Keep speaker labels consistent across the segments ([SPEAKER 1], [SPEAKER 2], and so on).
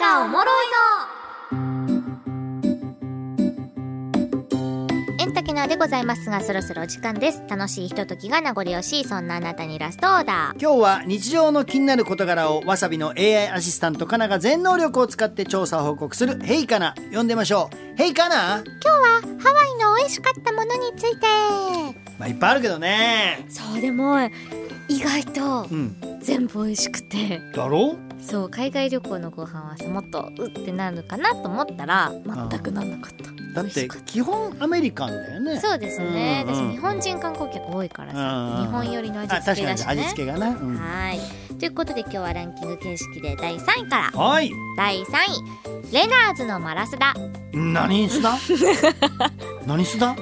[SPEAKER 1] がおもろいのエンタケナでございますがそろそろお時間です楽しいひとときが名残惜しいそんなあなたにラストオーダー
[SPEAKER 2] 今日は日常の気になる事柄をわさびの AI アシスタントかなが全能力を使って調査報告する「ヘイかな」呼んでみましょう「ヘイかな
[SPEAKER 1] ハワイの美味しかったものについて」
[SPEAKER 2] まあいっぱいあるけどね
[SPEAKER 1] そうでも意外と
[SPEAKER 2] うん
[SPEAKER 1] 全部美味しくて
[SPEAKER 2] だろ
[SPEAKER 1] そう海外旅行のご飯はさもっとうってなるかなと思ったら全くなんなかった美
[SPEAKER 2] だっ
[SPEAKER 1] 味してかっ
[SPEAKER 2] 基本アメリカンだよね
[SPEAKER 1] たそうですね、
[SPEAKER 2] うんうん
[SPEAKER 1] 私日本人観光客多いから
[SPEAKER 2] うんうん
[SPEAKER 1] さ
[SPEAKER 2] うん
[SPEAKER 1] 日本寄りの味
[SPEAKER 2] あ
[SPEAKER 1] 付
[SPEAKER 2] 確
[SPEAKER 1] け
[SPEAKER 2] か
[SPEAKER 1] だし
[SPEAKER 2] に味
[SPEAKER 1] ね
[SPEAKER 2] 付けがな、うん、
[SPEAKER 1] はいということで今日はランキング形式で第3位から
[SPEAKER 2] はい
[SPEAKER 1] 第3位レナーズのマラスダ
[SPEAKER 2] 何 すだ何すだ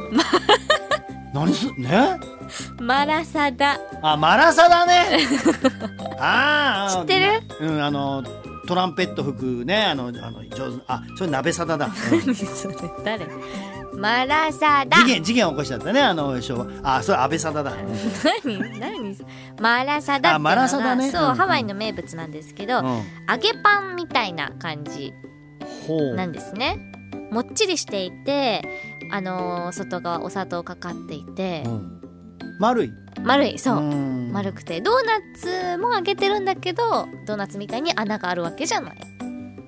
[SPEAKER 2] 何すね
[SPEAKER 1] マラサダ
[SPEAKER 2] あマラサ だねああ
[SPEAKER 1] 知ってる
[SPEAKER 2] うんあのトランペット吹くねあのあの上手あそれ鍋サ ダだ、うん
[SPEAKER 1] 何それ誰マラサダ
[SPEAKER 2] 事件事件を起こしちゃったねあの昭和あそれ安倍サダだ、うん
[SPEAKER 1] 何何マラサダっていうのが
[SPEAKER 2] あマラサダね
[SPEAKER 1] そう、
[SPEAKER 2] うん
[SPEAKER 1] ハワイの名物なんですけど、揚げパンみたいな感じ
[SPEAKER 2] ほう
[SPEAKER 1] なんですねもっちりしていてあのー外側お砂糖かかっていて
[SPEAKER 2] うん丸い
[SPEAKER 1] 丸いそう、
[SPEAKER 2] ん
[SPEAKER 1] 丸くてドーナツも揚げてるんだけどドーナツみたいに穴があるわけじゃない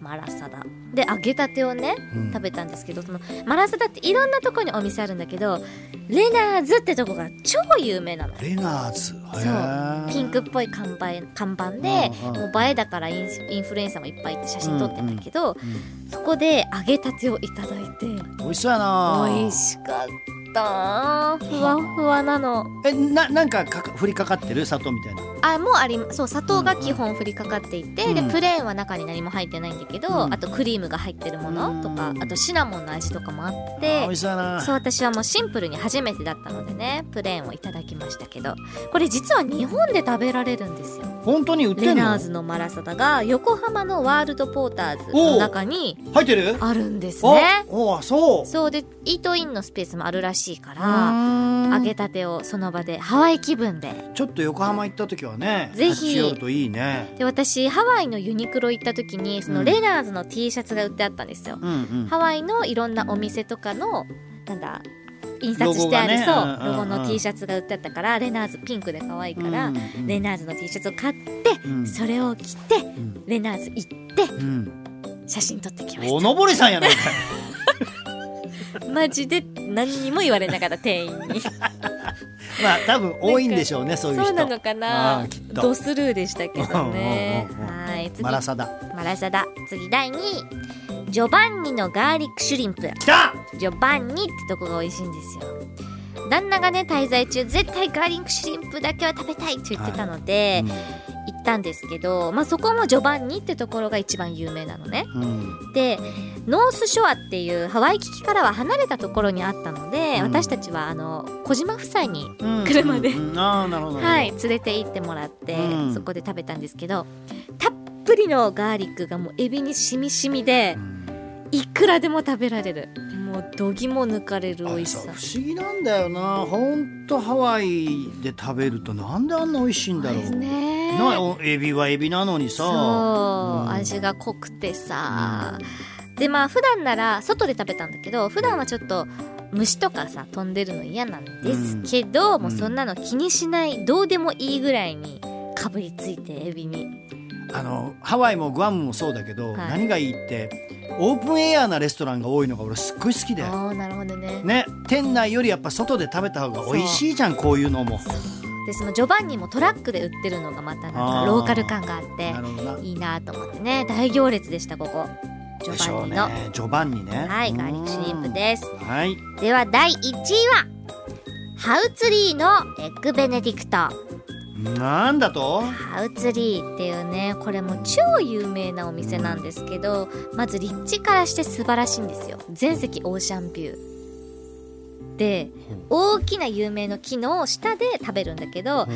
[SPEAKER 1] マラサダで揚げたてをね
[SPEAKER 2] うん
[SPEAKER 1] 食べたんですけどそのマラサダっていろんなとこにお店あるんだけどレナーズってとこが超有名なの
[SPEAKER 2] レナーズへえ
[SPEAKER 1] ピンクっぽい看板看板で
[SPEAKER 2] うんうん
[SPEAKER 1] もう映えだからインスインフルエンサーもいっぱいいて写真撮ってんだけど、
[SPEAKER 2] うん
[SPEAKER 1] そこで揚げたてをいただいて
[SPEAKER 2] 美味しそうやな
[SPEAKER 1] 美味しかったふわふわなの
[SPEAKER 2] えななんかかか振りかかってる砂糖みたいな
[SPEAKER 1] あもうありそう砂糖が基本振りかかっていて、
[SPEAKER 2] うん
[SPEAKER 1] で
[SPEAKER 2] うん
[SPEAKER 1] プレーンは中に何も入ってないんだけど、
[SPEAKER 2] うん
[SPEAKER 1] あとクリームが入ってるものとか、
[SPEAKER 2] うん
[SPEAKER 1] あとシナモンの味とかもあっ
[SPEAKER 2] あー美
[SPEAKER 1] て
[SPEAKER 2] 味しそうやな
[SPEAKER 1] そう私はもうシンプルに初めてだったのでねプレーンをいただきましたけどこれ実は日本で食べられるんですよ
[SPEAKER 2] 本当に売ってんの
[SPEAKER 1] レナーズのマラサダが横浜のワールドポーターズの中に
[SPEAKER 2] 入ってる
[SPEAKER 1] あるんです
[SPEAKER 2] お
[SPEAKER 1] ね
[SPEAKER 2] おあそう
[SPEAKER 1] そうでイートインのスペースもあるらしいか
[SPEAKER 2] う
[SPEAKER 1] ら
[SPEAKER 2] ーん
[SPEAKER 1] 揚げたてをその場でハワイ気分で
[SPEAKER 2] ちょっと横浜行った時はね
[SPEAKER 1] ぜひ
[SPEAKER 2] 立ち寄るといいね
[SPEAKER 1] で私ハワイのユニクロ行った時にその
[SPEAKER 2] うん
[SPEAKER 1] レナーズの T シャツが売ってあったんですよ、
[SPEAKER 2] うんうん
[SPEAKER 1] ハワイのいろんなお店とかのなんだ印刷してある
[SPEAKER 2] ロゴがね
[SPEAKER 1] そう
[SPEAKER 2] うんうん
[SPEAKER 1] ロ
[SPEAKER 2] う
[SPEAKER 1] ゴ
[SPEAKER 2] ん
[SPEAKER 1] の T シャツが売ってあったからレナーズピンクで可愛いから、
[SPEAKER 2] うんうん
[SPEAKER 1] レナーズの T シャツを買って
[SPEAKER 2] うん
[SPEAKER 1] それを着て
[SPEAKER 2] うん
[SPEAKER 1] レナーズ行って
[SPEAKER 2] うん
[SPEAKER 1] 写真撮ってきま
[SPEAKER 2] お
[SPEAKER 1] し
[SPEAKER 2] のぼりさんやないかい
[SPEAKER 1] たマジで何にも言われなかった店員 に
[SPEAKER 2] まあ多分多いんでしょうねそういう人
[SPEAKER 1] そうなのか
[SPEAKER 2] あ
[SPEAKER 1] な
[SPEAKER 2] ーきっと
[SPEAKER 1] ドスルーでしたけどね
[SPEAKER 2] うんうんうんうん
[SPEAKER 1] はい次
[SPEAKER 2] マラサダ
[SPEAKER 1] マラサダ次第2位ジョバンニのガーリックシュリンプ
[SPEAKER 2] 来た
[SPEAKER 1] ジョバンニってとこが美味しいんですよ旦那がね滞在中絶対ガーリックシュリンプだけは食べたいって言ってたので、行ったんですけど、まあ、そこもジョバンニってところが一番有名なのね
[SPEAKER 2] うんうん
[SPEAKER 1] でノースショアっていうハワイ危機からは離れたところにあったので、
[SPEAKER 2] うん
[SPEAKER 1] 私たちはあの小島夫妻に
[SPEAKER 2] うん
[SPEAKER 1] 車で
[SPEAKER 2] うんうんああなるほど
[SPEAKER 1] はい、連れて行ってもらって、
[SPEAKER 2] うん
[SPEAKER 1] そこで食べたんですけどたっぷりのガーリックがもうエビにしみしみで
[SPEAKER 2] うん
[SPEAKER 1] いくらでも食べられるもうどぎも抜かれる美味し
[SPEAKER 2] あ
[SPEAKER 1] さ
[SPEAKER 2] れさ不思議なんだよなほんとハワイで食べるとなんであんな美味しいんだろ
[SPEAKER 1] です
[SPEAKER 2] う
[SPEAKER 1] ね
[SPEAKER 2] なおエビはエビなのに
[SPEAKER 1] そう、
[SPEAKER 2] さうん
[SPEAKER 1] 味が濃くてさ、でまあ普段なら外で食べたんだけど普段はちょっと虫とかさ飛んでるの嫌なんですけど、
[SPEAKER 2] ん
[SPEAKER 1] もうそんなの気にしないどうでもいいぐらいにかぶりついてエビに
[SPEAKER 2] あのハワイもグアムもそうだけど、
[SPEAKER 1] い
[SPEAKER 2] 何がいいってオープンエアなレストランが多いのが俺すっごい好きで
[SPEAKER 1] ああなるほどね
[SPEAKER 2] ね店内よりやっぱ外で食べた方が美味しいじゃんこういうのも
[SPEAKER 1] でそのジョバンニもトラックで売ってるのがまたなん
[SPEAKER 2] あ
[SPEAKER 1] か
[SPEAKER 2] ー
[SPEAKER 1] ローカル感があって
[SPEAKER 2] なるほどない
[SPEAKER 1] いなと思ってね大行列でしたここジ
[SPEAKER 2] でし
[SPEAKER 1] ョ
[SPEAKER 2] ょ
[SPEAKER 1] バ
[SPEAKER 2] う
[SPEAKER 1] ンニ
[SPEAKER 2] ね
[SPEAKER 1] の、
[SPEAKER 2] ジョバンニね
[SPEAKER 1] はいガーリックシュリンプです
[SPEAKER 2] うんはい
[SPEAKER 1] では第1位はハウツリーのエッグベネディクト
[SPEAKER 2] なんだと
[SPEAKER 1] ハウツリーっていうねこれも超有名なお店なんですけどまず立地からして素晴らしいんですよ全席オーシャンビューで大きな有名の木の下で食べるんだけど、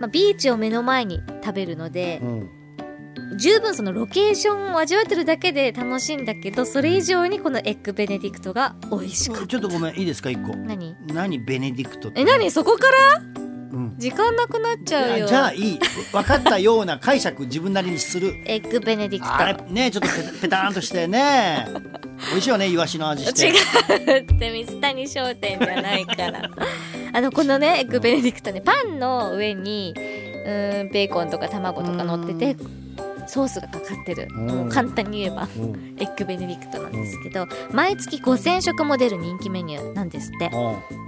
[SPEAKER 1] まあ、ビーチを目の前に食べるので
[SPEAKER 2] うん
[SPEAKER 1] 十分そのロケーションを味わってるだけで楽しいんだけどそれ以上にこのエッグベネディクトが美味しかった
[SPEAKER 2] ちょっとごめんいいですか一個
[SPEAKER 1] 何
[SPEAKER 2] 何ベネディクトって
[SPEAKER 1] え何そこから
[SPEAKER 2] うん
[SPEAKER 1] 時間なくなっちゃう
[SPEAKER 2] あ
[SPEAKER 1] よ
[SPEAKER 2] じゃあいい分かったような解釈自分なりにする
[SPEAKER 1] エッグベネディ
[SPEAKER 2] あれ
[SPEAKER 1] ク
[SPEAKER 2] ねちょっとペペターンとしてね美味しいよねイワシの味し
[SPEAKER 1] ト違
[SPEAKER 2] て
[SPEAKER 1] うって水谷商店じゃないから あのこのねエッグベネディクトねパンの上にうーんベーコンとか卵とか乗っててソースがかかってる
[SPEAKER 2] うん
[SPEAKER 1] もう簡単に言えば
[SPEAKER 2] うんうん
[SPEAKER 1] エッグベネディクトなんですけど毎月5000食も出る人気メニューなんですって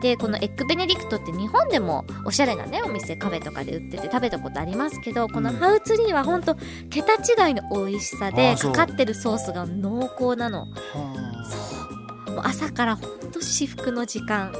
[SPEAKER 1] でこのエッグベネディクトって日本でもおしゃれなねお店カフェとかで売ってて食べたことありますけどこの
[SPEAKER 2] うん
[SPEAKER 1] ハウツリーはほんと桁違いの美味しさ
[SPEAKER 2] あ
[SPEAKER 1] で
[SPEAKER 2] ーそ
[SPEAKER 1] か
[SPEAKER 2] う
[SPEAKER 1] かってるソースが濃厚なのもう
[SPEAKER 2] は
[SPEAKER 1] 朝からほんと至福の時間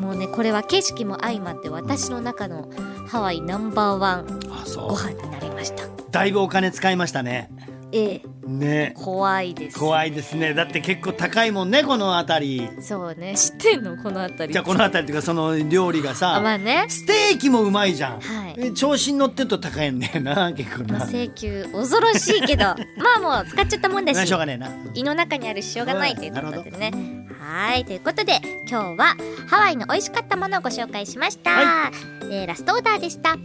[SPEAKER 1] もうねこれは景色も相まって私の中のハワイナンバーワン
[SPEAKER 2] ああ
[SPEAKER 1] ご
[SPEAKER 2] そ
[SPEAKER 1] 飯になりました
[SPEAKER 2] うだいぶお金使いましたね
[SPEAKER 1] ええ
[SPEAKER 2] ね
[SPEAKER 1] 怖いです
[SPEAKER 2] 怖いですねだって結構高いもんねこの辺り
[SPEAKER 1] そうね知ってんのこの辺り
[SPEAKER 2] じゃあこの辺りというかその料理が
[SPEAKER 1] あま
[SPEAKER 2] さ
[SPEAKER 1] あね
[SPEAKER 2] ステーキもうまいじゃん、
[SPEAKER 1] はい
[SPEAKER 2] え調子に乗ってると高いんだよな結構
[SPEAKER 1] まあ
[SPEAKER 2] な
[SPEAKER 1] 請求恐ろしい けどまあもう使っちゃったもんだ
[SPEAKER 2] な
[SPEAKER 1] し
[SPEAKER 2] しょうがねえな
[SPEAKER 1] 胃の中にあるしょうがないということで
[SPEAKER 2] なるほ
[SPEAKER 1] ね。はいということで今日はハワイの美味しかったものをご紹介しました、
[SPEAKER 2] は
[SPEAKER 1] えーラストオーダーでした。